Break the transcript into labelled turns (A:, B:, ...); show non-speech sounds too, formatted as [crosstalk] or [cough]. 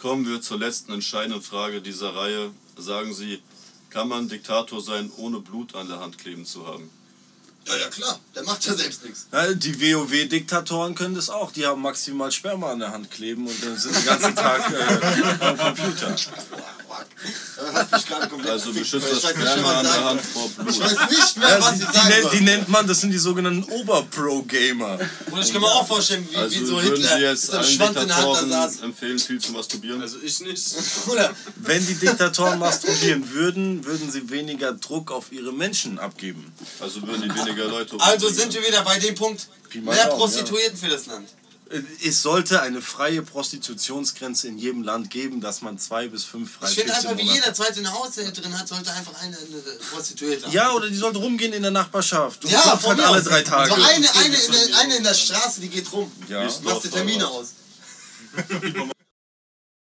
A: Kommen wir zur letzten entscheidenden Frage dieser Reihe. Sagen Sie, kann man Diktator sein, ohne Blut an der Hand kleben zu haben?
B: Ja, ja, klar. Der macht ja selbst nichts.
C: Ja, die WoW-Diktatoren können das auch. Die haben maximal Sperma an der Hand kleben und dann sind den ganzen Tag
B: [laughs]
C: äh, am Computer.
B: äh, Hat mich gerade komplett
A: Also
B: gefickt,
A: beschützt
B: weil ich
A: das
B: weiß nicht,
A: Sperma
B: was
A: an der
B: sagen
A: Hand
B: soll.
A: vor
B: Ich
A: Blut.
B: weiß nicht mehr,
C: Ja,
B: was
C: die,
B: ich
C: die,
B: sagen
C: nen- die
B: soll.
C: nennt man, das sind die sogenannten Oberpro-Gamer.
B: Und ich kann mir auch vorstellen, wie,
A: Also
B: wie so
A: würden Sie
B: Hitler
A: jetzt
B: mit einem
A: allen
B: Schwanz in der Hand da saß.
A: Diktatoren empfehlen, viel zu masturbieren?
D: Also ich nicht.
B: Oder?
C: Wenn die Diktatoren masturbieren würden, würden sie weniger Druck auf ihre Menschen abgeben.
A: Also würden die weniger Leute
B: Also sind wir wieder bei dem Punkt,
C: Pi mal
B: mehr
C: Daumen,
B: Prostituierten für das Land.
C: Äh, Es sollte eine freie Prostitutionsgrenze in jedem Land geben, dass man zwei bis fünf
B: Ich finde
C: Freischichten
B: einfach,
C: im
B: wie
C: Monat
B: jeder zweite eine Haushälterin hat, sollte einfach eine, eine Prostituierte haben.
C: ja, oder die sollte rumgehen in der Nachbarschaft. Du
B: Ja,
C: klopfst
B: von
C: halt
B: mir
C: alle
B: aus.
C: drei Tage.
B: So eine, eine, in der, eine in der Straße, die geht rum.
C: Ja.
B: Machst dir Termine aus.
A: Wie beim